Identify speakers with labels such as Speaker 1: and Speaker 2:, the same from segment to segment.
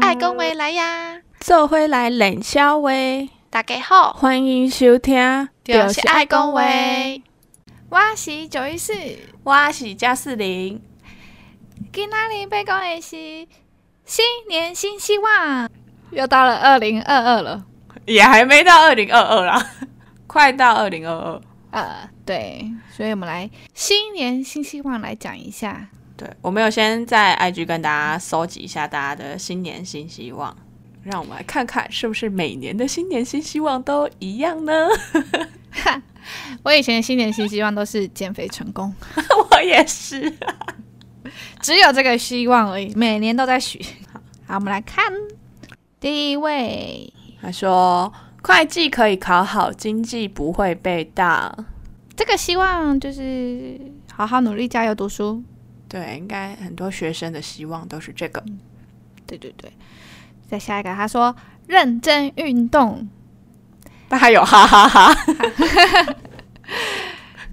Speaker 1: 来讲话来呀！
Speaker 2: 做伙来冷笑话，
Speaker 1: 大家好，
Speaker 2: 欢迎收听，
Speaker 1: 就是爱讲话。我是九一四，
Speaker 2: 我是嘉士林，
Speaker 1: 今仔日要讲的是新年新希望，又到了二零二二了。
Speaker 2: 也还没到二零二二啦， 快到二零二二。
Speaker 1: 呃，对，所以我们来新年新希望来讲一下。
Speaker 2: 对，我们有先在 IG 跟大家搜集一下大家的新年新希望，让我们来看看是不是每年的新年新希望都一样呢？
Speaker 1: 我以前的新年新希望都是减肥成功，
Speaker 2: 我也是。
Speaker 1: 只有这个希望而已，每年都在许。 好，我们来看第一位，
Speaker 2: 他说，会计可以考好，经济不会被盗。
Speaker 1: 这个希望就是好好努力，加油读书。
Speaker 2: 对，应该很多学生的希望都是这个。
Speaker 1: 对对对，再下一个，他说认真运动，
Speaker 2: 但还有哈哈哈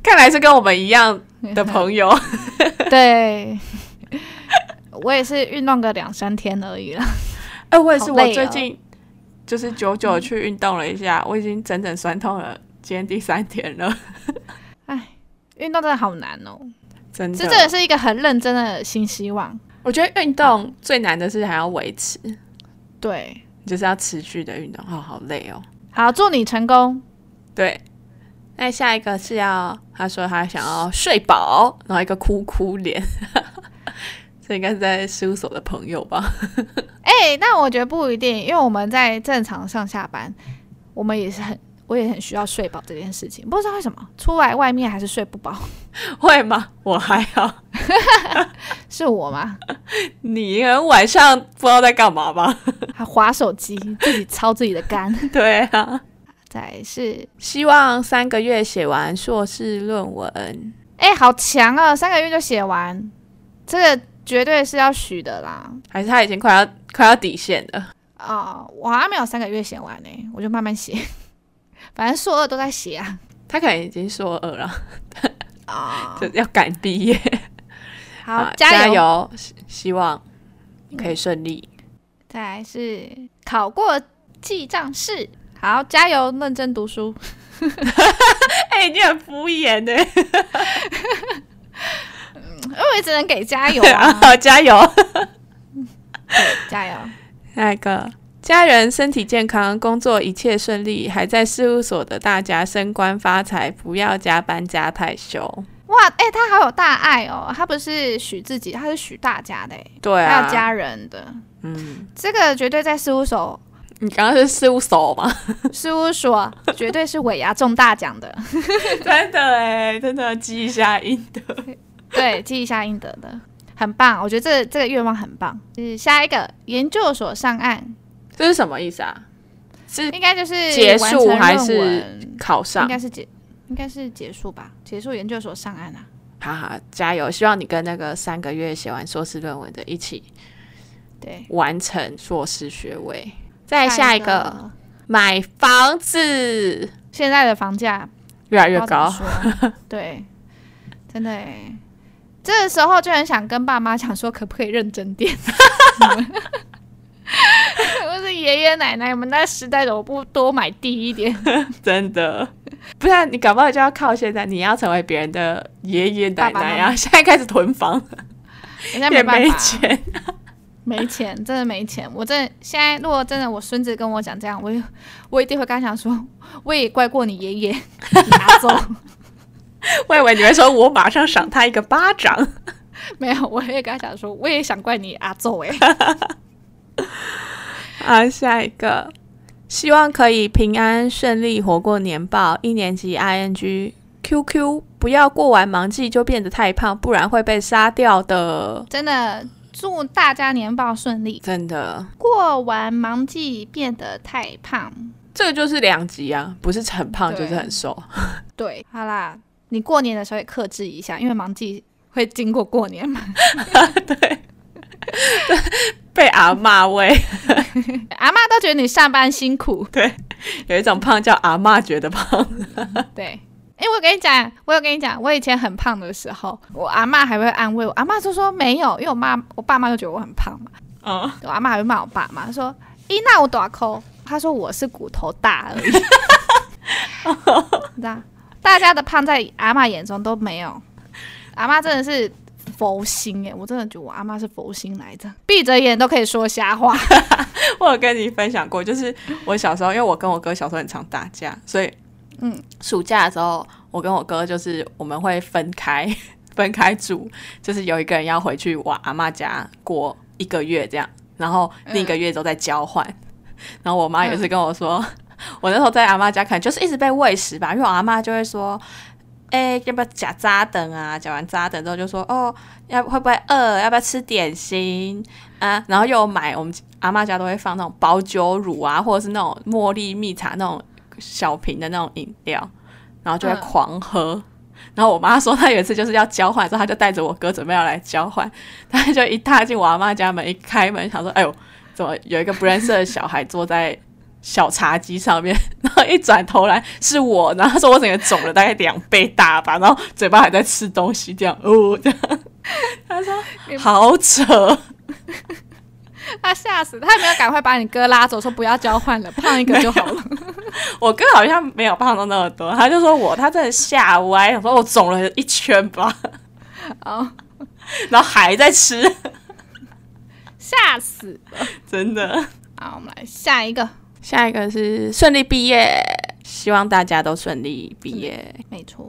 Speaker 2: 看来是跟我们一样的朋友。
Speaker 1: 对，我也是运动个两三天而已啦。
Speaker 2: 哎、我也是，
Speaker 1: 好
Speaker 2: 我
Speaker 1: 累
Speaker 2: 最
Speaker 1: 哦
Speaker 2: 近就是久久去运动了一下，我已经整整酸痛了，今天第三天了，
Speaker 1: 运动真的好难哦，
Speaker 2: 真
Speaker 1: 这这个
Speaker 2: 的。
Speaker 1: 是一个很认真的新希望。
Speaker 2: 我觉得运动最难的是还要维持，
Speaker 1: 对，
Speaker 2: 就是要持续的运动，哦，好累哦。
Speaker 1: 好，祝你成功。
Speaker 2: 对，那下一个是要他说他想要睡饱，然后一个哭哭脸， 这应该是在事务所的朋友吧？
Speaker 1: 哎、那我觉得不一定，因为我们在正常上下班，我们也是很，我也很需要睡饱这件事情。不知道为什么，出来外面还是睡不饱，
Speaker 2: 会吗？我还好。
Speaker 1: 是我吗？
Speaker 2: 你可能晚上不知道在干嘛吧？
Speaker 1: 还划手机，自己操自己的肝。
Speaker 2: 对啊，
Speaker 1: 再来是，
Speaker 2: 希望三个月写完硕士论文。
Speaker 1: 哎、好强啊！三个月就写完，这个绝对是要许的啦。
Speaker 2: 还是他已经快要快要底线了，
Speaker 1: 啊、我还没有三个月写完呢、我就慢慢写。 反正硕二都在写 啊。
Speaker 2: 他可能已经硕二了，
Speaker 1: 啊、
Speaker 2: 就要赶毕业。
Speaker 1: 好
Speaker 2: 哦啊，
Speaker 1: 加
Speaker 2: 加
Speaker 1: 油！
Speaker 2: 油！希希望你可以顺利。
Speaker 1: 再来是考过记账式，好，加油，认真读书。
Speaker 2: 哎、你很敷衍欸呢。
Speaker 1: 我也只能给加油
Speaker 2: 啊，
Speaker 1: 啊，
Speaker 2: 好，加油！
Speaker 1: 对加油！
Speaker 2: 下一个，家人身体健康，工作一切顺利，还在事务所的大家升官发财，不要加班加太休。
Speaker 1: 哇，哎、他好有大爱哦，他不是许自己，他是许大家的、欸，
Speaker 2: 对
Speaker 1: 还
Speaker 2: 啊，
Speaker 1: 有家人的，
Speaker 2: 嗯，
Speaker 1: 这个绝对在事务所，
Speaker 2: 你刚刚是事务所吗？
Speaker 1: 事务所绝对是尾牙中大奖的，
Speaker 2: 真的哎，真的记一下音的。
Speaker 1: 对，记一下应得的，很棒，我觉得这这个愿望很棒。是下一个研究所上岸，
Speaker 2: 这是什么意思啊？是
Speaker 1: 应该就是
Speaker 2: 结束
Speaker 1: 完成论
Speaker 2: 还是
Speaker 1: 文
Speaker 2: 考上
Speaker 1: 应？该是结，应该是结束吧，结束研究所上岸啊。
Speaker 2: 哈哈，加油！希望你跟那个三个月写完硕士论文的一起
Speaker 1: 对，
Speaker 2: 完成硕士学位。再下
Speaker 1: 下
Speaker 2: 一个，，买房子
Speaker 1: 现在的房价
Speaker 2: 越来越
Speaker 1: 不知道
Speaker 2: 高。
Speaker 1: 怎么说。对，真的哎，这时候就很想跟爸妈讲说，可不可以认真点？ 我是爷爷奶奶，我们那时代的，我不多买地一点，
Speaker 2: 真的，不然你搞不好就要靠现在，你要成为别人的爷爷奶
Speaker 1: 爸爸
Speaker 2: 奶
Speaker 1: 妈
Speaker 2: 啊！
Speaker 1: 妈
Speaker 2: 现在开始囤房，
Speaker 1: 人家
Speaker 2: 也
Speaker 1: 办
Speaker 2: 没
Speaker 1: 法，
Speaker 2: 钱，
Speaker 1: 没钱，真的没钱。我真的现在，如果真的我孙子跟我讲这样，我也我一定会跟他讲说，我也怪过你爷爷，拿走。
Speaker 2: 我以为你会说，我马上赏他一个巴掌。
Speaker 1: 没有，我也跟他讲说，我也想怪你阿揍哎、
Speaker 2: 啊，下一个，希望可以平安顺利活过年报。一年级 ing QQ，不要过完忙季就变得太胖，不然会被杀掉的。
Speaker 1: 真的祝大家年报顺利。
Speaker 2: 真的，
Speaker 1: 过完忙季变得太胖。
Speaker 2: 这个就是两极啊，不是很胖
Speaker 1: 对
Speaker 2: 就是很瘦。
Speaker 1: 对，好啦，你过年的时候也克制一下，因为忙季会经过过年嘛。
Speaker 2: 被阿嬷喂，
Speaker 1: 阿妈都觉得你上班辛苦，
Speaker 2: 有一种胖叫阿嬷觉得胖。
Speaker 1: 对。哎、我跟你讲，我有跟你讲，我以前很胖的时候，我阿妈还会安慰我。阿妈就说没有，因为我妈我爸妈就觉得我很胖嘛。
Speaker 2: 嗯，
Speaker 1: 我阿妈就骂我爸嘛，说：“咦，那我多抠？”他说：“我是骨头大而已。” 你知道，大家的胖在阿妈眼中都没有，阿妈真的是佛心哎，我真的觉得我阿妈是佛心来着，闭着眼都可以说瞎话。
Speaker 2: 我有跟你分享过，就是我小时候，因为我跟我哥小时候很常打架，所以
Speaker 1: 嗯，
Speaker 2: 暑假的时候，我跟我哥就是我们会分开 分开住，就是有一个人要回去我阿妈家过一个月这样，然后另一个月都在交换。然后我妈也是跟我说， 我那时候在阿妈家，可能就是一直被喂食吧，因为我阿妈就会说。哎、要不要夹扎等啊？夹完扎等之后就说哦，要会不会饿？要不要吃点心啊？然后又买我们阿妈家都会放那种保酒乳啊，或者是那种茉莉蜜茶那种小瓶的那种饮料，然后就会
Speaker 1: 嗯
Speaker 2: 狂喝。然后我妈说，她有一次就是要交换，之后她就带着我哥准备要来交换， 她就一踏进我阿妈家门，一开门想说，哎呦，怎么有一个不认识的小孩坐在小茶几上面？ 然后一转头来是我，然后她说我整个肿了大概两倍大吧，然后嘴巴还在吃东西，这样哦，这样，她说
Speaker 1: 你
Speaker 2: 好扯。
Speaker 1: 他吓死，他有没有赶快把你哥拉走，说不要交换了，胖一个就好了。
Speaker 2: 我哥好像没有胖到那么多，他就说我他真的吓歪，想说啊我肿了一圈吧，
Speaker 1: 哦，
Speaker 2: 然后还在吃，
Speaker 1: 吓死！
Speaker 2: 真的。
Speaker 1: 好，我们来下一个，
Speaker 2: 下一个是顺利毕业，希望大家都顺利毕业。
Speaker 1: 没错，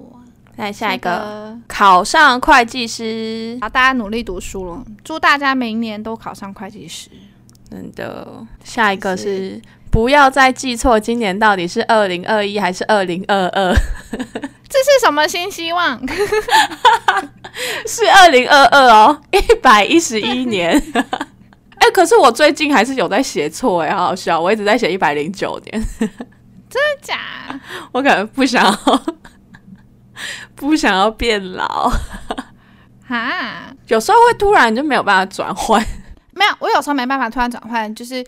Speaker 2: 再哎下一个，考上会计师，
Speaker 1: 好，大家努力读书了，祝大家明年都考上会计师。
Speaker 2: 真的。下一个是不要再记错今年到底是二零二一还是二零二二，
Speaker 1: 这是什么新希望？
Speaker 2: 是二零二二哦，一百一十一年。 哎、可是我最近还是有在写错哎，好好笑，我一直在写一百零九年。
Speaker 1: 假，
Speaker 2: 我可能不想要，不想要变老，
Speaker 1: 哈，
Speaker 2: 有时候会突然就没有办法转换。
Speaker 1: 没有，我有时候没办法突然转换，就是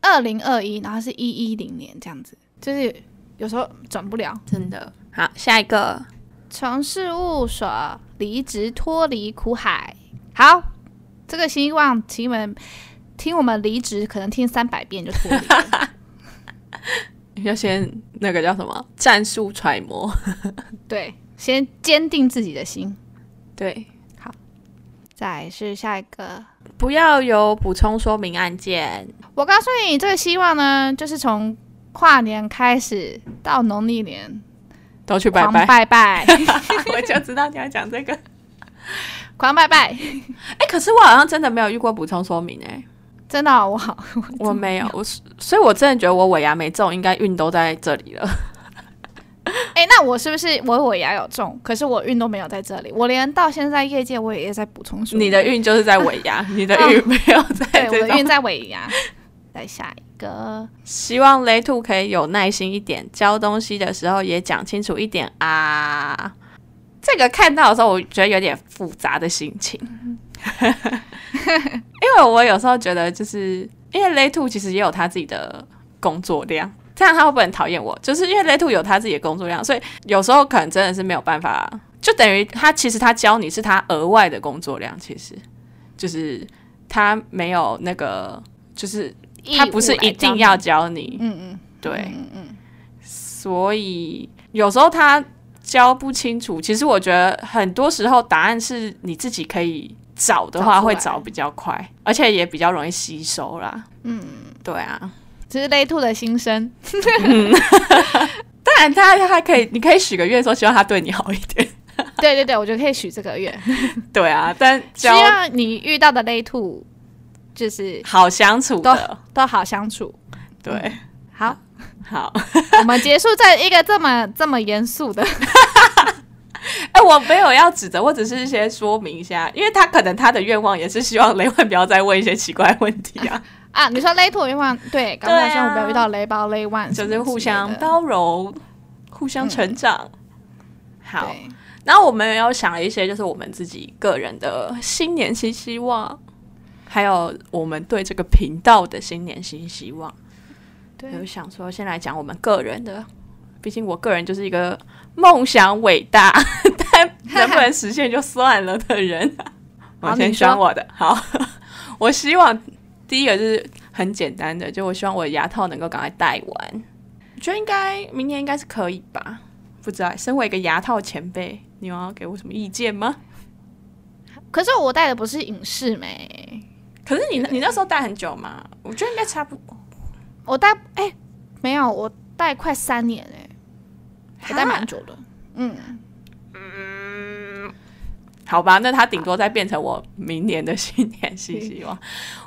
Speaker 1: 二零二一，然后是一一零年这样子，就是有时候转不了。
Speaker 2: 真的，好，下一个，
Speaker 1: 从事务所离职，脱离苦海。好，这个希望听我们听我们离职，可能听三百遍就脱 离了。
Speaker 2: 要先那个叫什么战术揣摩，
Speaker 1: 对，先坚定自己的心。
Speaker 2: 对，
Speaker 1: 再来是下一个，
Speaker 2: 不要有补充说明案件，
Speaker 1: 我告诉你，这个希望呢，就是从跨年开始到农历年，
Speaker 2: 都去拜
Speaker 1: 狂
Speaker 2: 拜。
Speaker 1: 拜拜，
Speaker 2: 我就知道你要讲这个。
Speaker 1: 狂拜拜。
Speaker 2: 哎、可是我好像真的没有遇过补充说明哎、
Speaker 1: 真的哦、我好，
Speaker 2: 我没有， 我是所以，我真的觉得我尾牙没中，应该运都在这里了。
Speaker 1: 哎、那我是不是我尾牙有中？可是我运都没有在这里，我连到现在业界我也在补充说明
Speaker 2: 你的运就是在尾牙，你的运没有在
Speaker 1: 哦对，我
Speaker 2: 这
Speaker 1: 的
Speaker 2: 种
Speaker 1: 运在尾牙。再下一个，
Speaker 2: 希望雷兔可以有耐心一点，教东西的时候也讲清楚一点啊。这个看到的时候，我觉得有点复杂的心情，因为我有时候觉得，就是因为雷兔其实也有他自己的工作量，这样他会不会很讨厌我？就是因为雷兔有他自己的工作量，所以有时候可能真的是没有办法，就等于他其实他教你是他额外的工作量，其实就是他没有那个，就是 他不是一定要教你，
Speaker 1: 嗯嗯，
Speaker 2: 对，
Speaker 1: 嗯嗯，
Speaker 2: 所以有时候他教不清楚，其实我觉得很多时候答案是你自己可以找的话，
Speaker 1: 找出来
Speaker 2: 会找比较快，而且也比较容易吸收啦。嗯，对啊，
Speaker 1: 这是雷兔的心声。
Speaker 2: 当然他还可以，你可以许个愿说希望他对你好一点。
Speaker 1: 对对对，我觉得可以许这个愿，
Speaker 2: 对啊，但
Speaker 1: 希
Speaker 2: 教
Speaker 1: 望你遇到的雷兔就是
Speaker 2: 好相处的，
Speaker 1: 都好相处。
Speaker 2: 对，
Speaker 1: 好，
Speaker 2: 好。
Speaker 1: 我们结束在一个这么这么严肃的，
Speaker 2: 哎、我没有要指责，我只是先说明一下，因为他可能他的愿望也是希望雷万不要再问一些奇怪的问题啊，
Speaker 1: 啊，你说雷兔愿望对，刚
Speaker 2: 对啊
Speaker 1: 才说我没有遇到雷包雷万什
Speaker 2: 就
Speaker 1: 么之类的，嗯
Speaker 2: 是互相包容，互相成长。好，
Speaker 1: 对
Speaker 2: 然后我们也有想了一些，就是我们自己个人的新年新希望，还有我们对这个频道的新年新希望。有
Speaker 1: 对，
Speaker 2: 想说，先来讲我们个人的，毕竟我个人就是一个梦想伟大， 但能不能实现就算了的人。
Speaker 1: 好
Speaker 2: 我先
Speaker 1: 你说
Speaker 2: 讲我的，好，我希望第一个就是很简单的，就我希望我的牙套能够赶快戴完。我觉得应该明年应该是可以吧？不知道，身为一个牙套前辈，你有要给我什么意见吗？
Speaker 1: 可是我戴的不是隐适美，
Speaker 2: 可是你那你那时候戴很久嘛？我觉得应该差不多。
Speaker 1: 我戴哎、没有，我戴快三年哎、我戴蛮久的。嗯，
Speaker 2: 嗯好吧，那它顶多再变成我明年的新年新希望。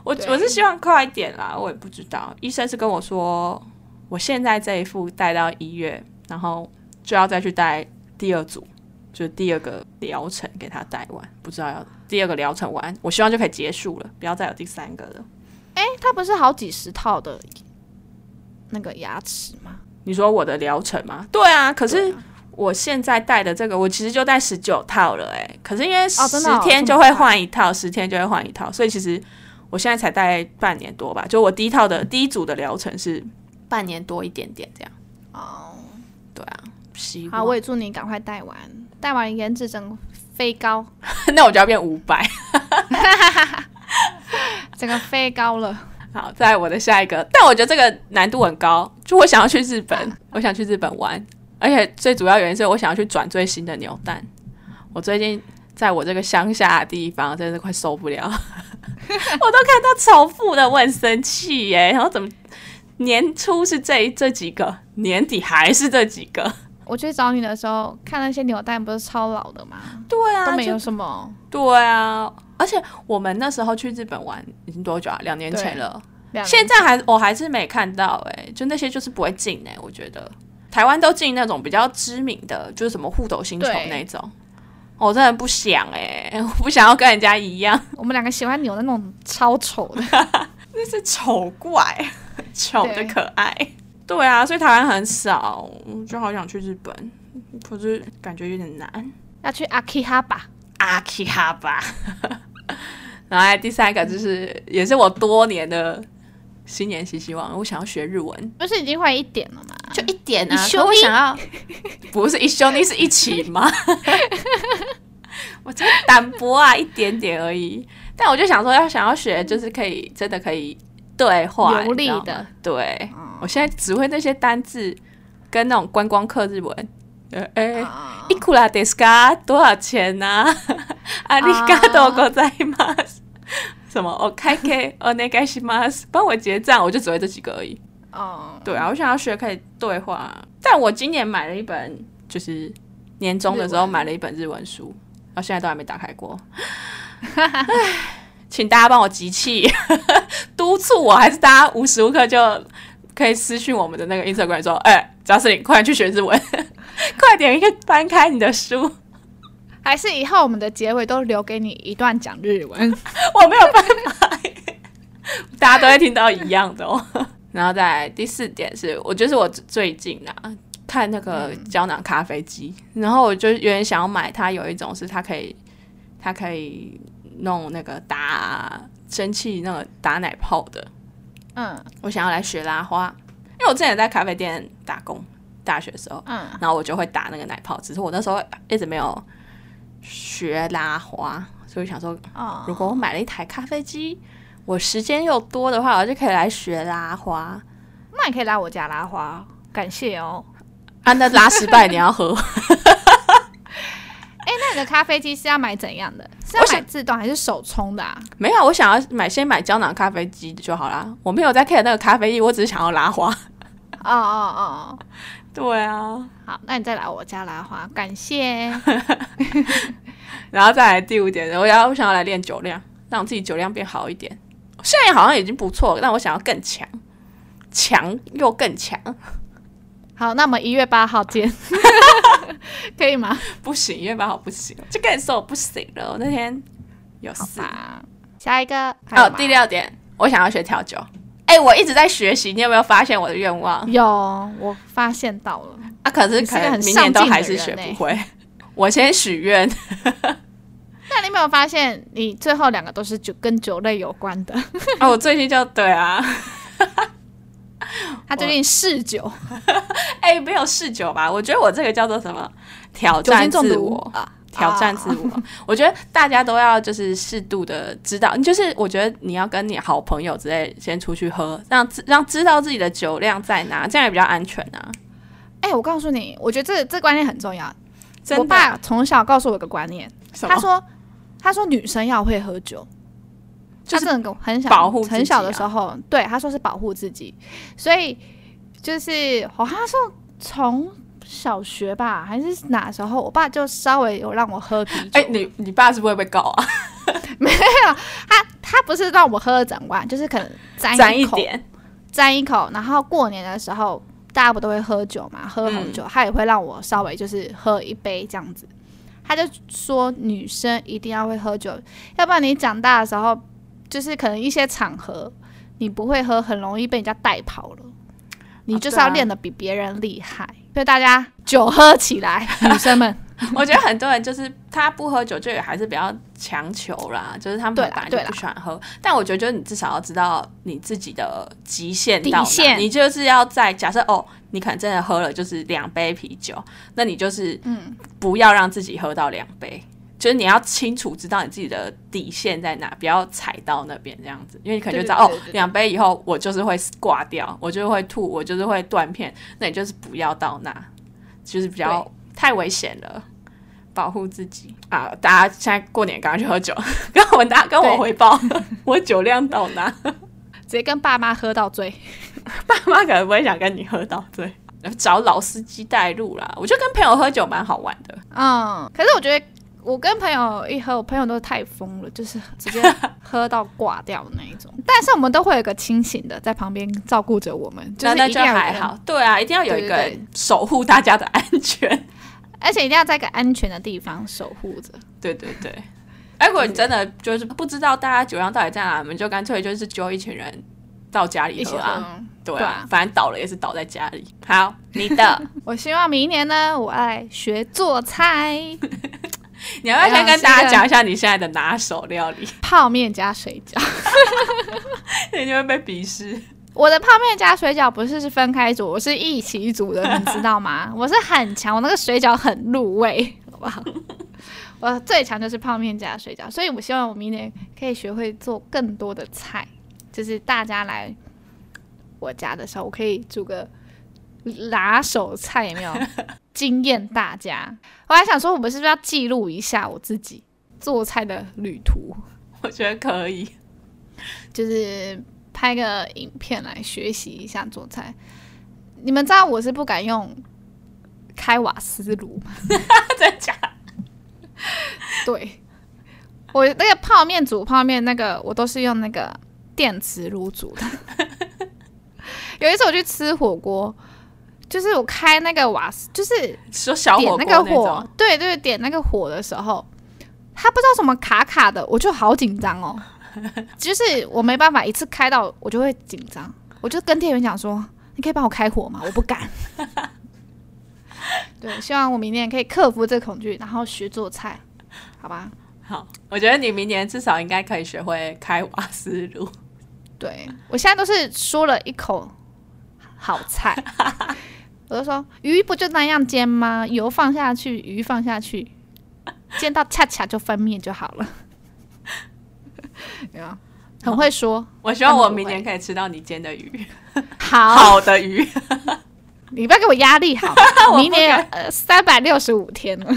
Speaker 2: 我我是希望快一点啦，我也不知道。医生是跟我说，我现在这一副戴到一月，然后就要再去戴第二组，就是第二个疗程给他戴完。不知道要第二个疗程完，我希望就可以结束了，不要再有第三个了。
Speaker 1: 哎、它不是好几十套的那个牙齿吗？
Speaker 2: 你说我的疗程吗？对啊，可是我现在戴的这个，我其实就戴十九套了、欸，可是因为
Speaker 1: 哦
Speaker 2: 十
Speaker 1: 真的哦
Speaker 2: 天
Speaker 1: 这
Speaker 2: 就
Speaker 1: 么
Speaker 2: 会
Speaker 1: 快
Speaker 2: 换一套，十、天就会换一套，所以其实我现在才戴半年多吧，就我第一套的第一组的疗程是半年多一点点这样。
Speaker 1: 哦，
Speaker 2: 对啊，希
Speaker 1: 好，
Speaker 2: 望
Speaker 1: 我也祝你赶快戴完，戴完颜值整个飞高，
Speaker 2: 那我就要变五百。
Speaker 1: 整个飞高了。
Speaker 2: 好，再来我的下一个，但我觉得这个难度很高，就我想要去日本，我想去日本玩，而且最主要原因是我想要去转最新的牛蛋。我最近在我这个乡下的地方，真的是快受不了， 我都看到重复的，我很生气耶。然后怎么年初是这这几个，年底还是这几个？
Speaker 1: 我去找你的时候，看那些扭蛋不是超老的吗？
Speaker 2: 对啊
Speaker 1: 都没
Speaker 2: 就
Speaker 1: 有什么，
Speaker 2: 对啊。而且我们那时候去日本玩已经多久啊？两年前
Speaker 1: 对
Speaker 2: 了。
Speaker 1: 两
Speaker 2: 现在还我还是没看到哎、就那些就是不会进哎、我觉得台湾都进那种比较知名的，就是什么互斗星球
Speaker 1: 对
Speaker 2: 那种。我真的不想哎、 我不想要跟人家一样，
Speaker 1: 我们两个喜欢扭的那种超丑 的，
Speaker 2: 那 是丑怪，丑的
Speaker 1: 对
Speaker 2: 可爱。对啊，所以台湾很少，我就好想去日本，可是感觉有点难。
Speaker 1: 要去阿基哈巴。
Speaker 2: 阿基哈巴。 然后第三个就是，也是我多年的新年新希望，我想要学日文。
Speaker 1: 不是已经会一点了吗？
Speaker 2: 就一点啊，
Speaker 1: 一
Speaker 2: 可
Speaker 1: 兄
Speaker 2: 我
Speaker 1: 弟
Speaker 2: 想要不是一兄弟是一起吗？我真的淡薄啊，一点点而已。但我就想说，要想要学，就是可以真的可以对话
Speaker 1: 流利的，
Speaker 2: 你知道吗对，我现在只会那些单字跟那种观光客日文。呃，哎、
Speaker 1: 啊
Speaker 2: いくらですか？多少钱呐、 啊？ありが
Speaker 1: 啊
Speaker 2: とうございます。什么？我开哦 K，お願いします。帮我结账，我就只会这几个而已。
Speaker 1: 哦，
Speaker 2: 对啊，我想要学可以对话，啊但我今年买了一本，就是年终的时候买了一本日文书，然后现在都还没打开过。唉请大家帮我集气， 督促我，还是大家无时无刻就可以私讯我们的那个 Instagram 说，哎、贾斯林，快点去学日文， 快点去翻开你的书，我
Speaker 1: 还是以后我们的结尾都留给你一段讲日
Speaker 2: 嗯
Speaker 1: 文。
Speaker 2: 没有办法，大家都会听到一样的哦。然后再来第四点是，我就是我最近啊看那个
Speaker 1: 嗯
Speaker 2: 胶囊咖啡机，然后我就有点想要买它，有一种是它可以它可以弄那个打蒸汽那个打奶泡的，
Speaker 1: 嗯
Speaker 2: 我想要来学拉花，因为我之前也在咖啡店打工，大学的时候，
Speaker 1: 嗯，
Speaker 2: 然后我就会打那个奶泡，只是我那时候一直没有学拉花，所以我想说
Speaker 1: 哦，
Speaker 2: 如果我买了一台咖啡机，我时间又多的话，我就可以来学拉花。
Speaker 1: 那你可以来我家拉花，感谢哦。
Speaker 2: 啊，那拉失败你要喝？
Speaker 1: 哎，那你的咖啡机是要买怎样的？是要
Speaker 2: 我想
Speaker 1: 买自动还是手冲的 啊？
Speaker 2: 没有，我想要买先买胶囊咖啡机就好啦。我没有在 care 那个咖啡因，我只是想要拉花。
Speaker 1: 哦哦哦
Speaker 2: 对啊，
Speaker 1: 哦，好，那你再来我家拉花，感谢。
Speaker 2: 然后再来第五点，我要我想要来练酒量，让我自己酒量变好一点。现在好像已经不错了，但我想要更强，强又更强，
Speaker 1: 好，那我们一月八号 见，可以吗？
Speaker 2: 不行，因为八号不行，就跟你说我不行了。我那天有
Speaker 1: 好
Speaker 2: 事。
Speaker 1: 吧，下一个还
Speaker 2: 哦
Speaker 1: 有，吗
Speaker 2: 第六点，我想要学调酒。哎、我一直在学习，你有没有发现我的愿望
Speaker 1: 有，我发现到了。
Speaker 2: 啊？可是
Speaker 1: 你是
Speaker 2: 可
Speaker 1: 个
Speaker 2: 能
Speaker 1: 很
Speaker 2: 明年都
Speaker 1: 上进的
Speaker 2: 还是学
Speaker 1: 人
Speaker 2: 不
Speaker 1: 欸
Speaker 2: 会。 我先许 愿，
Speaker 1: 那你有没有发现，你最后两个都是酒跟酒类有关的？
Speaker 2: 啊，我最近就对啊，
Speaker 1: 他最近嗜酒，
Speaker 2: 哎、没有试酒吧？我觉得我这个叫做什么挑
Speaker 1: 酒
Speaker 2: 战
Speaker 1: 精中
Speaker 2: 自
Speaker 1: 毒
Speaker 2: 我，
Speaker 1: 啊，
Speaker 2: 挑战自我。 我觉得大家都要就是适度的知道，就是我觉得你要跟你好朋友之类先出去喝，让自让知道自己的酒量在哪，这样也比较安全啊。
Speaker 1: 哎、我告诉你，我觉得这这观念很重要。
Speaker 2: 真
Speaker 1: 我
Speaker 2: 的，
Speaker 1: 爸从小告诉我一个观念，
Speaker 2: 什
Speaker 1: 他
Speaker 2: 么
Speaker 1: 说他说女生要会喝酒，
Speaker 2: 就
Speaker 1: 他
Speaker 2: 是
Speaker 1: 真的很小
Speaker 2: 保护自己啊
Speaker 1: 很小的时候，对他说是保护自己，所以就是好像是从小学吧，还是哪时候，我爸就稍微有让我喝啤酒。
Speaker 2: 哎、你你爸是不会被告啊？
Speaker 1: 他不是让我喝整碗，就是可能沾
Speaker 2: 沾一
Speaker 1: 口，
Speaker 2: 点，
Speaker 1: 沾一口。然后过年的时候，大家不都会喝酒嘛，喝红
Speaker 2: 嗯
Speaker 1: 酒，他也会让我稍微就是喝一杯这样子。他就说女生一定要会喝酒，要不然你长大的时候，就是可能一些场合你不会喝，很容易被人家带跑了。你就是要
Speaker 2: 对啊
Speaker 1: 练得比别人厉害，所以大家酒喝起 来，女生们。
Speaker 2: 我觉得很多人就是他不喝酒，就也还是比较强求啦，就是他们
Speaker 1: 对啦
Speaker 2: 本来就
Speaker 1: 对啦
Speaker 2: 不喜欢喝。但我觉得，就是你至少要知道你自己的极限到哪，
Speaker 1: 底线
Speaker 2: 你就是要在假设哦，你可能真的喝了就是两杯啤酒，那你就是
Speaker 1: 嗯
Speaker 2: 不要让自己喝到两杯。就是你要清楚知道你自己的底线在哪，不要踩到那边这样子，因为你可能就知
Speaker 1: 对
Speaker 2: 道
Speaker 1: 对对对
Speaker 2: 哦，
Speaker 1: 对
Speaker 2: 两杯以后我就是会挂掉，我就是会吐，我就是会断片，那你就是不要到那，就是比较太危险了，保护自己啊！大家现在过年赶快去喝酒， 跟我们大家跟我
Speaker 1: 对
Speaker 2: 汇报 我酒量到哪，
Speaker 1: 直接跟爸妈喝到醉。
Speaker 2: 爸妈可能不会想跟你喝到醉，找老司机带路啦。我觉得跟朋友喝酒蛮好玩的，
Speaker 1: 嗯，可是我觉得我跟朋友一喝，我朋友都太疯了，就是直接喝到挂掉的那一 种。但是我们都会有一个清醒的在旁边照顾着我们，就是
Speaker 2: 那
Speaker 1: 一定
Speaker 2: 那就
Speaker 1: 要有
Speaker 2: 还
Speaker 1: 人，
Speaker 2: 好。对啊，一定要有一个
Speaker 1: 对对
Speaker 2: 人守护大家的安全。
Speaker 1: 而且一定要在一个安全的地方守护着。
Speaker 2: 对对对。哎，如果你真的就是不知道大家酒量到底在哪，我们就干脆就是揪一群人到家里
Speaker 1: 一起
Speaker 2: 喝
Speaker 1: 喝
Speaker 2: 啊。对
Speaker 1: 对
Speaker 2: 啊
Speaker 1: 啊，
Speaker 2: 反正倒了也是倒在家里。好，你的，
Speaker 1: 我希望明年呢，我爱学做菜，
Speaker 2: 你要不要先
Speaker 1: 没有
Speaker 2: 跟大
Speaker 1: 是一
Speaker 2: 家
Speaker 1: 个
Speaker 2: 讲一下哎你现在的拿手料理？
Speaker 1: 泡面加水饺。
Speaker 2: 你就会被鄙视。
Speaker 1: 我的泡面加水饺不是是分开煮，我是一起煮的，你知道吗？我是很强，我那个水饺很入味， 好不好？我最强就是泡面加水饺，所以我希望我明年可以学会做更多的菜，就是大家来我家的时候，我可以煮个拿手菜，有没有？惊艳大家！我还想说，我们是不是要记录一下我自己做菜的旅途，
Speaker 2: 我觉得可以，
Speaker 1: 就是拍个影片来学习一下做菜。你们知道我是不敢用开瓦斯炉吗？
Speaker 2: 真假？
Speaker 1: 对，我那个泡面煮泡面那个，我都是用那个电磁炉煮 的。有一次我去吃火锅，就是我开那个瓦斯，就是
Speaker 2: 说小
Speaker 1: 点
Speaker 2: 火锅
Speaker 1: 个火
Speaker 2: 种，，
Speaker 1: 对对，点那个火的时候，它不知道什么卡卡的，我就好紧张 哦。就是我没办法一次开到，我就会紧张，我就跟店员讲说：“你可以帮我开火吗？我不敢。”对，希望我明年可以克服这恐惧，然后学做菜，好吧？
Speaker 2: 好，我觉得你明年至少应该可以学会开瓦斯炉。
Speaker 1: 对我现在都是说了一口好 菜，我就说鱼不就那样煎吗？油放下去，鱼放下去，煎到恰恰就翻面就好了。 有没有很会说，
Speaker 2: 我希望
Speaker 1: 他们
Speaker 2: 我
Speaker 1: 不
Speaker 2: 明
Speaker 1: 会
Speaker 2: 年可以吃到你煎的鱼，
Speaker 1: 好，
Speaker 2: 好的鱼。
Speaker 1: 你不要给我压力好吗
Speaker 2: 我不敢
Speaker 1: 明年有呃三百六十五天 了。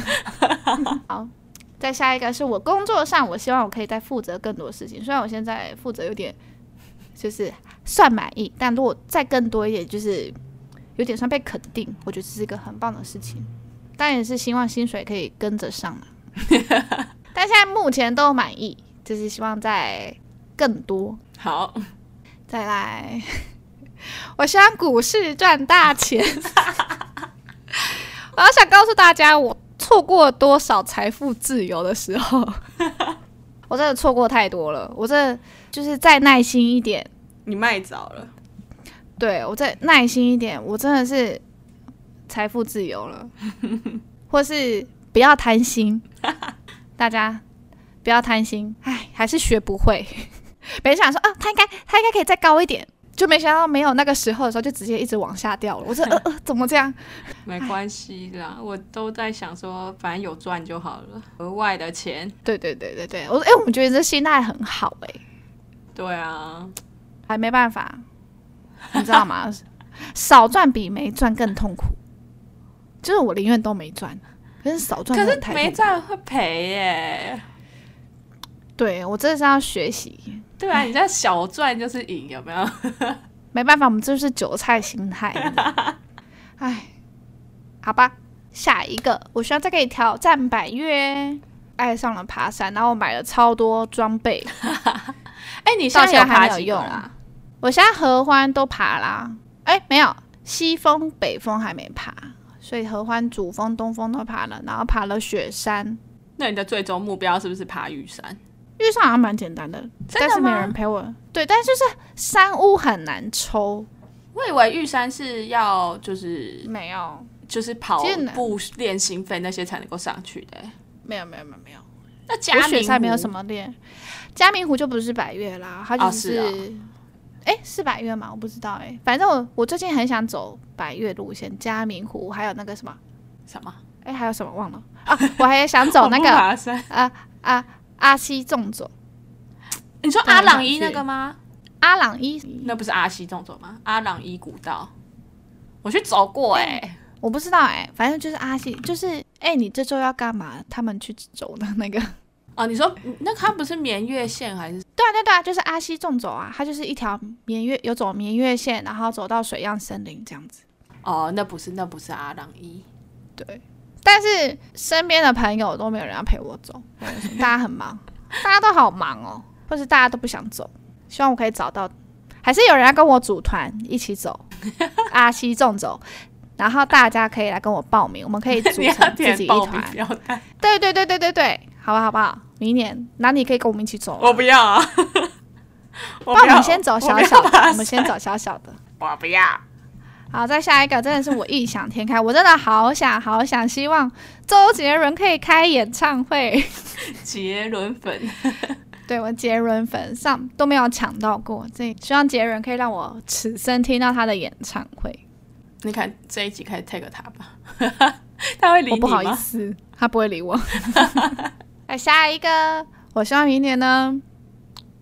Speaker 1: 好，再下一个是我工作上，我希望我可以再负责更多事情。虽然我现在负责有点就是算满意，但如果再更多一点，就是有点算被肯定，我觉得这是一个很棒的事情。但也是希望薪水可以跟着上 嘛。但现在目前都满意，就是希望在更多。
Speaker 2: 好，
Speaker 1: 再来， 我希望股市赚大钱。 我要想告诉大家，我错过了多少财富自由的时候， 我真的错过太多了。我这就是再耐心一点，
Speaker 2: 你卖早了，
Speaker 1: 对我再耐心一点，我真的是财富自由了， 或是不要贪心，大家哦不要贪心，哎，还是学不会。本来想说啊，他应该他应该可以再高一点，就没想到没有那个时候的时候，就直接一直往下掉了。我说呃呃，怎么这样？
Speaker 2: 没关系啦，我都在想说，反正有赚就好了，额外的钱。
Speaker 1: 对对对对对，我说哎、我们觉得你这心态很好哎、
Speaker 2: 对啊，
Speaker 1: 还没办法，你知道吗？少赚比没赚更痛苦，就是我宁愿都没赚，可是少赚
Speaker 2: 可
Speaker 1: 真
Speaker 2: 是
Speaker 1: 的太
Speaker 2: 没
Speaker 1: 痛苦
Speaker 2: 赚会赔耶。
Speaker 1: 对我真的是要学习，
Speaker 2: 对啊，你这样小赚就是赢，有 没有？
Speaker 1: 没办法，我们这是韭菜心态。 哎，好吧，下一个，我希望再可以挑战百越。爱上了爬山，然后我买了超多装备，
Speaker 2: 哎、你
Speaker 1: 到
Speaker 2: 现
Speaker 1: 现在
Speaker 2: 在有爬
Speaker 1: 还没有
Speaker 2: 几个
Speaker 1: 用啊
Speaker 2: 啦？。
Speaker 1: 我现在合欢都爬啦，哎、没有，西峰、北峰还没爬，所以合欢主峰、东峰都爬了，然后爬了雪山，
Speaker 2: 那你的最终目标是不是爬玉山？
Speaker 1: 玉山好像蛮简单的，
Speaker 2: 真
Speaker 1: 但
Speaker 2: 的
Speaker 1: 是没
Speaker 2: 吗
Speaker 1: 有人陪我。对，但是就是山屋很难抽，
Speaker 2: 我以为玉山是要就是
Speaker 1: 没有，
Speaker 2: 就是跑
Speaker 1: 其实呢
Speaker 2: 步练心肺那些才能够上去的、欸
Speaker 1: 没有，没有，没有，没有。
Speaker 2: 那
Speaker 1: 我
Speaker 2: 嘉
Speaker 1: 雪
Speaker 2: 明
Speaker 1: 山没有什么
Speaker 2: 么，
Speaker 1: 练，嘉明湖就不是百越啦，它
Speaker 2: 哦
Speaker 1: 就是是，
Speaker 2: 啊
Speaker 1: 哎、是百越吗？我不知道哎、反正我我最近很想走百越路线，嘉明湖还有那个什么，
Speaker 2: 什么
Speaker 1: 哎、还有什么忘了啊？我还想走那
Speaker 2: 我
Speaker 1: 个
Speaker 2: 不 爬山。
Speaker 1: 啊啊阿西纵走，
Speaker 2: 你说
Speaker 1: 对
Speaker 2: 阿朗伊
Speaker 1: 我想
Speaker 2: 那
Speaker 1: 去
Speaker 2: 个吗？
Speaker 1: 阿朗伊，
Speaker 2: 那不是阿西动作吗？阿朗伊古道，我去走过哎、
Speaker 1: 我不知道哎、反正就是阿西，就是哎、你这周要干嘛？他们去走的那个，
Speaker 2: 哦，你说那它不是绵月线还是？
Speaker 1: 对啊对啊对啊，就是阿西纵走啊，它就是一条绵月，有走绵月线，然后走到水漾森林这样子。
Speaker 2: 哦，那不是，那不是阿朗伊。
Speaker 1: 对，但是身边的朋友都没有人要陪我 走，不知道为什么大家很忙，大家都好忙哦，或是大家都不想走。希望我可以找到，还是有人要跟我组团一起 走阿西纵走，然后大家可以来跟我报名，我们可以组
Speaker 2: 你要
Speaker 1: 成自己
Speaker 2: 填
Speaker 1: 一
Speaker 2: 报
Speaker 1: 团
Speaker 2: 名。表单？
Speaker 1: 对对对对对对，好吧好不好？明年那你可以跟我们一起走啊、
Speaker 2: 我不要 啊！我
Speaker 1: 那
Speaker 2: 不
Speaker 1: 我
Speaker 2: 要
Speaker 1: 们先走
Speaker 2: 我
Speaker 1: 小
Speaker 2: 不要
Speaker 1: 小的，
Speaker 2: 爬
Speaker 1: 我们先
Speaker 2: 山
Speaker 1: 走小小的。
Speaker 2: 我不要。
Speaker 1: 好，再下一个真的是我异想天开，我真的好想好想，希望周杰伦可以开演唱会。
Speaker 2: 杰伦粉，
Speaker 1: 对我杰伦粉上都没有抢到过，这希望杰伦可以让我此生听到他的演唱会。
Speaker 2: 你看这一集开始 take 他吧， 他会理
Speaker 1: 我
Speaker 2: 你
Speaker 1: 不好意
Speaker 2: 吗？
Speaker 1: 思，他不会理我。 那下一个，我希望明年呢，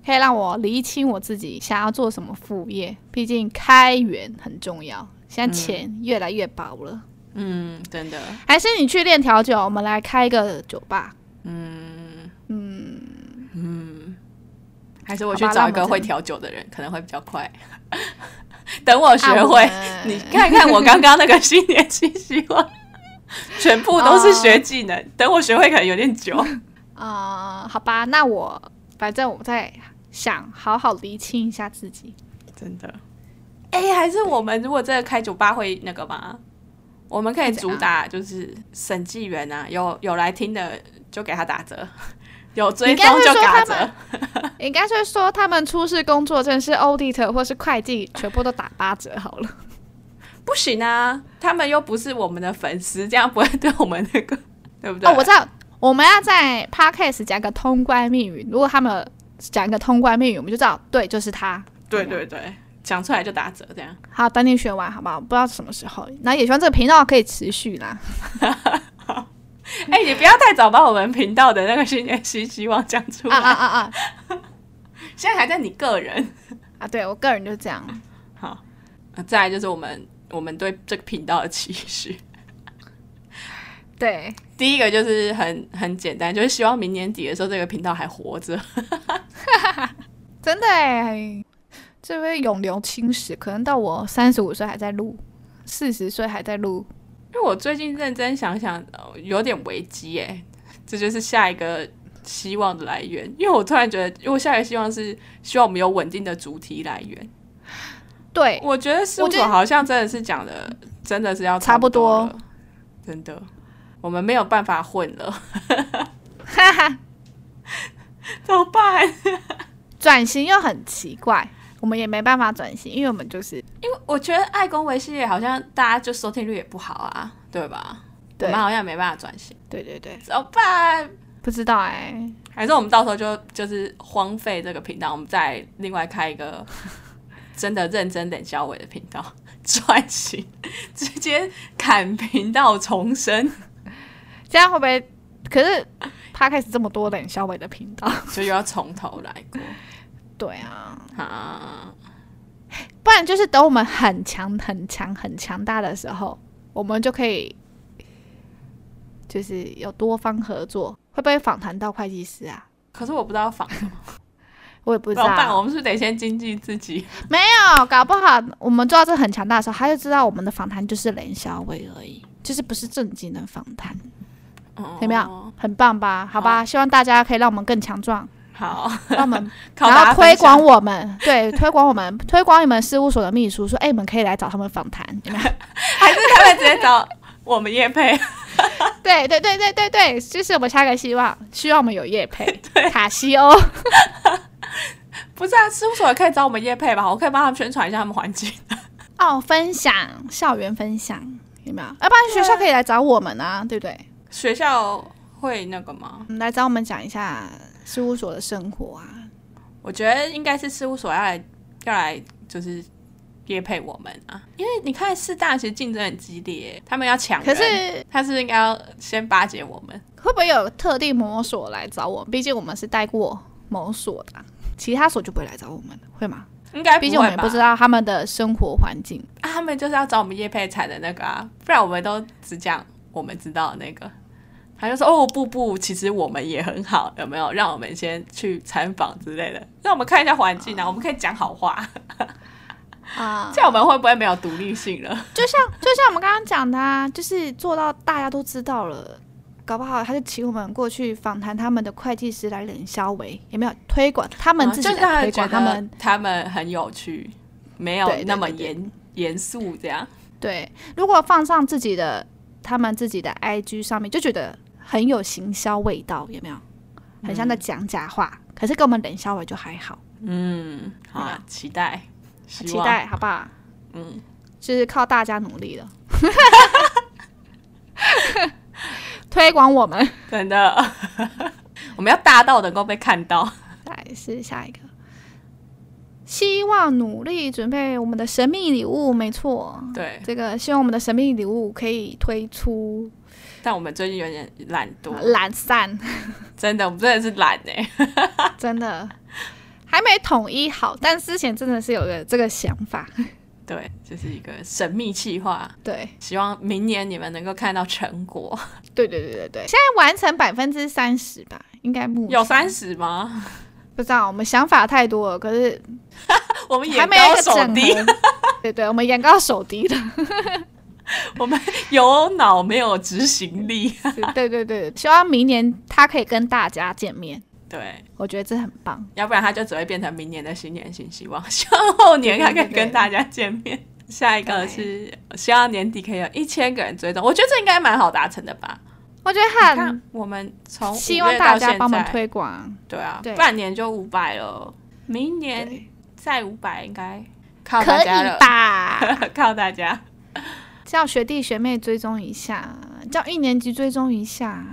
Speaker 1: 可以让我厘清我自己想要做什么副业，毕竟开源很重要。现在钱越来越薄了，
Speaker 2: 嗯，真的，
Speaker 1: 还是你去练调酒，我们来开一个酒吧。
Speaker 2: 还是我
Speaker 1: 好
Speaker 2: 去
Speaker 1: 吧
Speaker 2: 找
Speaker 1: 那
Speaker 2: 一个
Speaker 1: 我们
Speaker 2: 会调酒的人，可能会比较快。 等我嗯学会，
Speaker 1: 啊我
Speaker 2: 你
Speaker 1: 们
Speaker 2: 看看我刚刚那个新年新希望， 全部都是学技
Speaker 1: 哦
Speaker 2: 能。等我学会可能有点 久。
Speaker 1: 啊、好吧，那我反正我在想好好厘清一下自己。
Speaker 2: 真的。哎、还是我们如果真的开酒吧会那个吗？我们可以主
Speaker 1: 啊
Speaker 2: 打就是审计员啊，有有来听的就给他打折， 有追踪就给
Speaker 1: 你
Speaker 2: 他
Speaker 1: 刚才说他
Speaker 2: 折
Speaker 1: 们。应该是说他们出示工作证是 auditor 或是会计，全部都打八折好了。
Speaker 2: 不行啊，他们又不是我们的粉丝，这样不会对我们那个，对不对？
Speaker 1: 哦，我知道，我们要在 podcast 讲个通关密语，如果他们有讲一个通关密语，我们就知道对，就是他。
Speaker 2: 对对对，讲出来就打折，这样。
Speaker 1: 好，等你学完好不好？不知道什么时候，然后也希望这个频道可以持续啦。
Speaker 2: 哎、你不要太早把我们频道的那个新年新希望讲出来，
Speaker 1: 啊啊啊啊！
Speaker 2: 现在还在你个人。
Speaker 1: 啊，对我个人就是这样。
Speaker 2: 好，呃再来就是我们我们对这个频道的期许。
Speaker 1: 对，
Speaker 2: 第一个就是很很简单，就是希望明年底的时候这个频道还活着。
Speaker 1: 真的哎，这位永流青史，可能到我三十五岁还在录，四十岁还在录。
Speaker 2: 因为我最近认真想想，呃有点危机哎，这就是下一个希望的来源。因为我突然觉得，因为我下一个希望是希望我们有稳定的主题来源。
Speaker 1: 对，
Speaker 2: 我觉得事
Speaker 1: 欸
Speaker 2: 务
Speaker 1: 我觉
Speaker 2: 所
Speaker 1: 得
Speaker 2: 好像真的是讲的，真的是要
Speaker 1: 差不
Speaker 2: 多
Speaker 1: 多
Speaker 2: 了，真的，我们没有办法混 了，
Speaker 1: 哈哈，
Speaker 2: 怎么办？
Speaker 1: 转型又很奇怪，我们也没办法转型，因为我们就是
Speaker 2: 因为我觉得爱公维系列好像大家就收听率也不好啊，对吧？
Speaker 1: 对
Speaker 2: 我们好像也没办法转型，
Speaker 1: 对对对，
Speaker 2: 怎么办？
Speaker 1: 不知道哎、
Speaker 2: 还是我们到时候就就是荒废这个频道，我们再另外开一个真的认真等小伟的频道 转型，直接砍频道重生，
Speaker 1: 这样会不会？可是 podcast 这么多冷小伟的频道，
Speaker 2: 就又要从头来过
Speaker 1: 对啊，
Speaker 2: 啊！
Speaker 1: 不然就是等我们很强、很强、很强大的时候，我们就可以就是有多方合作，会不会访谈到会计师啊？
Speaker 2: 可是我不知道仿什么，
Speaker 1: 我也不知
Speaker 2: 老板，
Speaker 1: 道，
Speaker 2: 我们是不是得先经济自 己。
Speaker 1: 没有，搞不好我们做到这很强大的时候，他就知道我们的访谈就是冷小伟而已，就是不是正经的访谈，
Speaker 2: 哦
Speaker 1: 怎么样？很棒吧？好吧，希望大家可以让我们更强 壮，
Speaker 2: 好，
Speaker 1: 让我们
Speaker 2: 靠
Speaker 1: 然
Speaker 2: 大
Speaker 1: 后
Speaker 2: 家
Speaker 1: 推
Speaker 2: 分享
Speaker 1: 广我们，对，推广我们， 推广你们事务所的秘书，说，哎、你们可以来找他们 访谈，有没有
Speaker 2: 还是他们直接找我们叶配？
Speaker 1: 对对对对对对，就是我们下一个希望，希望我们有业 配，卡西欧，
Speaker 2: 不是啊，事务所也可以找我们叶配吧？我可以帮他们宣传一下他们环境。
Speaker 1: 哦，分享校园分享，有没有？
Speaker 2: 啊
Speaker 1: 要不然学校可以来找我们啊，对不对？
Speaker 2: 学校会那个吗？
Speaker 1: 嗯来找我们讲一下事务所的生活啊，
Speaker 2: 我觉得应该是事务所要来要来就是叶配我们啊，因为你看四大其实竞争很激烈，他们要抢
Speaker 1: 可
Speaker 2: 人，
Speaker 1: 是
Speaker 2: 他是不是应该要先巴结我们？
Speaker 1: 会不会有特定某所来找我们？毕竟我们是带过某所的啊、其他所就不会来找我们，会吗？
Speaker 2: 应该
Speaker 1: 毕竟我们也哎不知
Speaker 2: 道、
Speaker 1: 道他们的生活环境。
Speaker 2: 啊，他们就是要找我们叶配才能那个啊，不然我们都只讲我们知道的那个。他就说：“哦，不不，其实我们也很好，有没有？让我们先去参访之类的，让我们看一下环境啊，我们可以讲好话。”
Speaker 1: 啊、
Speaker 2: 这样我们会不会没有独立性了？
Speaker 1: 就像 就像我们刚刚讲的、啊，就是做到大家都知道了，搞不好他就请我们过去访谈他们的会计师来冷消维，有没有推广他们自己
Speaker 2: 啊就是让
Speaker 1: 来
Speaker 2: 人
Speaker 1: 推
Speaker 2: 觉
Speaker 1: 广
Speaker 2: 得
Speaker 1: 他们？
Speaker 2: 他们很有趣，没有
Speaker 1: 对对
Speaker 2: 那么
Speaker 1: 对对
Speaker 2: 严严肃这样。
Speaker 1: 对，如果放上自己的他们自己的 IG 上面，就觉得很有行销味道，有没有？很像在讲假话，可是跟我们冷消维就还好，
Speaker 2: 嗯，好啊，期待，希
Speaker 1: 期
Speaker 2: 望
Speaker 1: 待好不好？
Speaker 2: 嗯，
Speaker 1: 就是靠大家努力了， 推广我们。
Speaker 2: 真的，我们要大到能够被看到。
Speaker 1: 来是下一个，希望努力准备我们的神秘礼物，没错，
Speaker 2: 对，
Speaker 1: 这个希望我们的神秘礼物可以推出
Speaker 2: 但我们最近有点懒惰，
Speaker 1: 懒散，
Speaker 2: 真的，我们真的是懒哎、
Speaker 1: 真的还没统一好，但之前真的是有个这个想法，
Speaker 2: 对，这、是一个神秘计划，
Speaker 1: 对
Speaker 2: 希望明年你们能够看到 成果。
Speaker 1: 对对对对对，现在完成百分之三十吧，应该目
Speaker 2: 有
Speaker 1: 前
Speaker 2: 三十吗？
Speaker 1: 不知道，我们想法太多了，可是
Speaker 2: 我们
Speaker 1: 还
Speaker 2: 眼
Speaker 1: 没有一
Speaker 2: 高
Speaker 1: 个
Speaker 2: 手
Speaker 1: 整
Speaker 2: 低，
Speaker 1: 合，对对，我们眼高手低的，
Speaker 2: 我们有脑没有执行力。
Speaker 1: 对对对，希望明年他可以跟大家见面，
Speaker 2: 对，
Speaker 1: 我觉得这很棒。
Speaker 2: 要不然它就只会变成明年的新年新希望，希望后年还可以跟大家见面。 下一个是希望年底可以有一千个人追踪，我觉得这应该蛮好达成的吧。
Speaker 1: 我觉
Speaker 2: 你
Speaker 1: 得
Speaker 2: 看我们从
Speaker 1: 很希
Speaker 2: 5
Speaker 1: 望
Speaker 2: 月
Speaker 1: 大
Speaker 2: 到
Speaker 1: 家
Speaker 2: 现
Speaker 1: 帮忙
Speaker 2: 在，
Speaker 1: 推广。
Speaker 2: 对啊，
Speaker 1: 对
Speaker 2: 半年就五百了，明年
Speaker 1: 对
Speaker 2: 再五百应该靠
Speaker 1: 可
Speaker 2: 大家了
Speaker 1: 以，吧？
Speaker 2: 靠大家。
Speaker 1: 叫学弟学妹追踪一下，叫一年级追踪一下，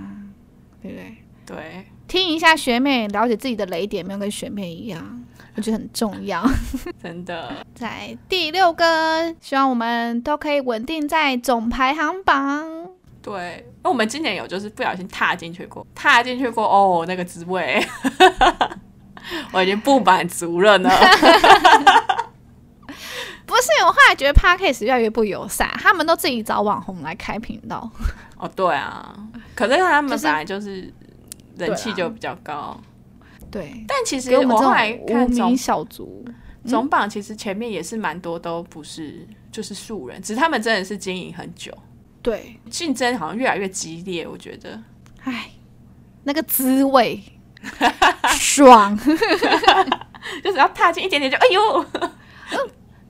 Speaker 1: 对不对？
Speaker 2: 对，
Speaker 1: 听一下学妹，了解自己的雷点，没有跟学妹一样，我觉得很重要。
Speaker 2: 真的，
Speaker 1: 在第六个，希望我们都可以稳定在总排行榜。
Speaker 2: 对，那我们今年有就是不小心踏进去过，踏进去过哦，那个滋味， 我已经不满足了 呢。
Speaker 1: 不是，我后来觉得 podcast 越来越不友善，他们都自己找网红来开频道。
Speaker 2: 哦，对啊，可是他们
Speaker 1: 就是
Speaker 2: 本来就是人气
Speaker 1: 对啊
Speaker 2: 就比较高，
Speaker 1: 对，
Speaker 2: 但其实
Speaker 1: 给我们
Speaker 2: 后来
Speaker 1: 这种无
Speaker 2: 看
Speaker 1: 名
Speaker 2: 总
Speaker 1: 小卒，
Speaker 2: 总榜，其实前面也是蛮多都不是就是素人，只是他们真的是经营很久，
Speaker 1: 对，
Speaker 2: 竞争好像越来越激烈，我觉得。
Speaker 1: 唉，那个滋味 爽，
Speaker 2: 就只要踏进一点点就，哎呦，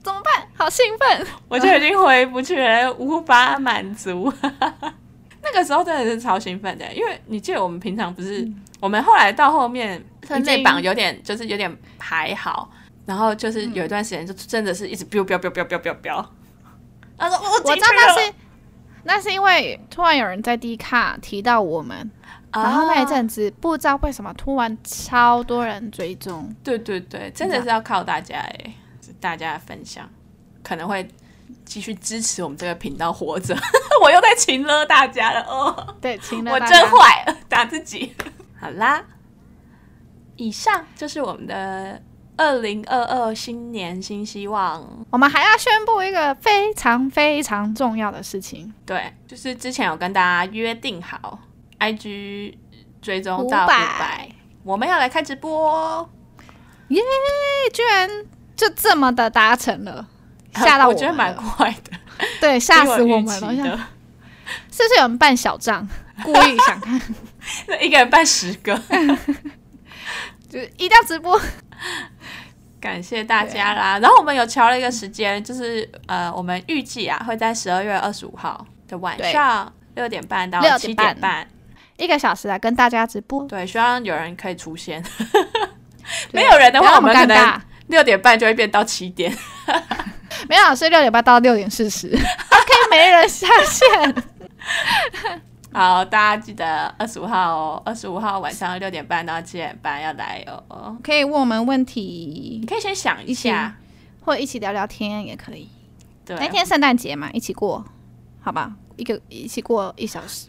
Speaker 1: 怎么办？好兴奋！
Speaker 2: 我就已经回不去了，无法满 足。那个时候真的是超兴奋的，因为你记得我们平常不是，我们后来到后面
Speaker 1: 已
Speaker 2: 分
Speaker 1: 经
Speaker 2: 类榜有点就是有点还好，然后就是有一段时间就真的是一直飙飙飙飙飙飙飙。他说：“我
Speaker 1: 我
Speaker 2: 我
Speaker 1: 知道那是那是因为突然有人在 D 卡提到我们，然后那一，
Speaker 2: 啊
Speaker 1: 阵子不知道为什么突然超多人追踪，
Speaker 2: 对对对，真的是要靠大家哎。大家的分享，可能会继续支持我们这个频道活着。 我又在勤勒大家了哦，
Speaker 1: 对，请了
Speaker 2: 我
Speaker 1: 大
Speaker 2: 真
Speaker 1: 家
Speaker 2: 坏了，打自己。好啦，以上就是我们的二零二二新年新希望。
Speaker 1: 我们还要宣布一个非常非常重要的事情，
Speaker 2: 对，就是之前有跟大家约定好，IG 追踪到
Speaker 1: 500
Speaker 2: 五百，我们要来开直播哦。
Speaker 1: 哎，居然就这么的达成了，吓到
Speaker 2: 我
Speaker 1: 们
Speaker 2: 觉得蛮
Speaker 1: 了
Speaker 2: 快的，
Speaker 1: 对，吓死
Speaker 2: 比
Speaker 1: 我
Speaker 2: 预
Speaker 1: 们了。我想
Speaker 2: 期的。
Speaker 1: 是不是有人办小账，故意想看，
Speaker 2: 那 一个人办十个，
Speaker 1: 就是一定要直播？
Speaker 2: 感谢大家啦。然后我们有调了一个时间，就是呃，我们预计啊会在十二月二十五号的晚上六点半到
Speaker 1: 6
Speaker 2: 七
Speaker 1: 点
Speaker 2: 点
Speaker 1: 半
Speaker 2: 半，
Speaker 1: 一个小时来跟大家直播，
Speaker 2: 对，希望有人可以出现。
Speaker 1: 对啊
Speaker 2: 没有人的
Speaker 1: 不要那
Speaker 2: 话，我
Speaker 1: 么
Speaker 2: 们
Speaker 1: 尴
Speaker 2: 可
Speaker 1: 尬
Speaker 2: 能。六点半就会变到七点。
Speaker 1: 没有，啊是六点半到六点四十，OK，没 人下线。
Speaker 2: 好，大家记得二十五号哦，二十五号晚上六点半到七点半要来哦。
Speaker 1: 可以问我们问
Speaker 2: 你
Speaker 1: 题，
Speaker 2: 可以先想一下，
Speaker 1: 或一起聊聊天也可以。
Speaker 2: 对，啊
Speaker 1: 那天圣诞节嘛，一起过，好吧？一个一起过一小时，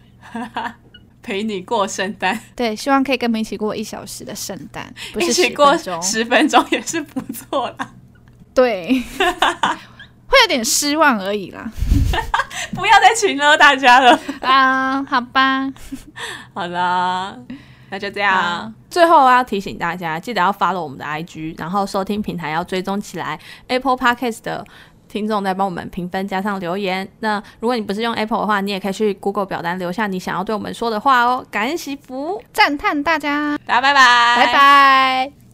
Speaker 2: 陪你过圣诞，
Speaker 1: 对，希望可以跟我们一起过一小时的圣诞，不
Speaker 2: 一
Speaker 1: 是
Speaker 2: 起
Speaker 1: 10
Speaker 2: 过
Speaker 1: 分钟
Speaker 2: 十分钟也是不错啦。
Speaker 1: 对，会有点失望而已啦。
Speaker 2: 不要再请了大家了。
Speaker 1: 啊，好吧，
Speaker 2: 好啦，那就这
Speaker 1: 好
Speaker 2: 样。最后要提醒大家，记得要 follow 我们的 IG，然后收听平台要追踪起来。Apple Podcast 的听众在帮我们评分加上留言。那如果你不是用 Apple 的话，你也可以去 Google 表单留下你想要对我们说的话哦。感恩惜福，
Speaker 1: 赞叹大家，
Speaker 2: 大家拜拜，
Speaker 1: 拜拜。